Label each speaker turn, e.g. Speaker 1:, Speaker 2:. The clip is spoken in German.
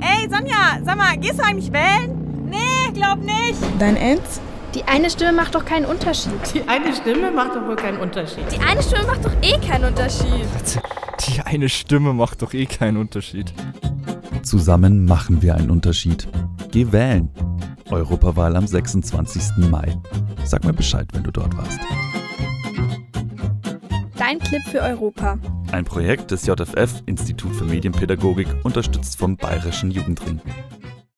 Speaker 1: Hey Sonja, sag mal, gehst du eigentlich wählen? Nee, glaub nicht.
Speaker 2: Dein Ernst?
Speaker 3: Die eine Stimme macht doch keinen Unterschied.
Speaker 4: Die eine Stimme macht doch wohl keinen Unterschied.
Speaker 5: Die eine Stimme macht doch eh keinen Unterschied.
Speaker 6: Die eine Stimme macht doch eh keinen Unterschied.
Speaker 7: Zusammen machen wir einen Unterschied. Geh wählen. Europawahl am 26. Mai. Sag mir Bescheid, wenn du dort warst.
Speaker 3: Dein Clip für Europa.
Speaker 7: Ein Projekt des JFF Institut für Medienpädagogik, unterstützt vom Bayerischen Jugendring.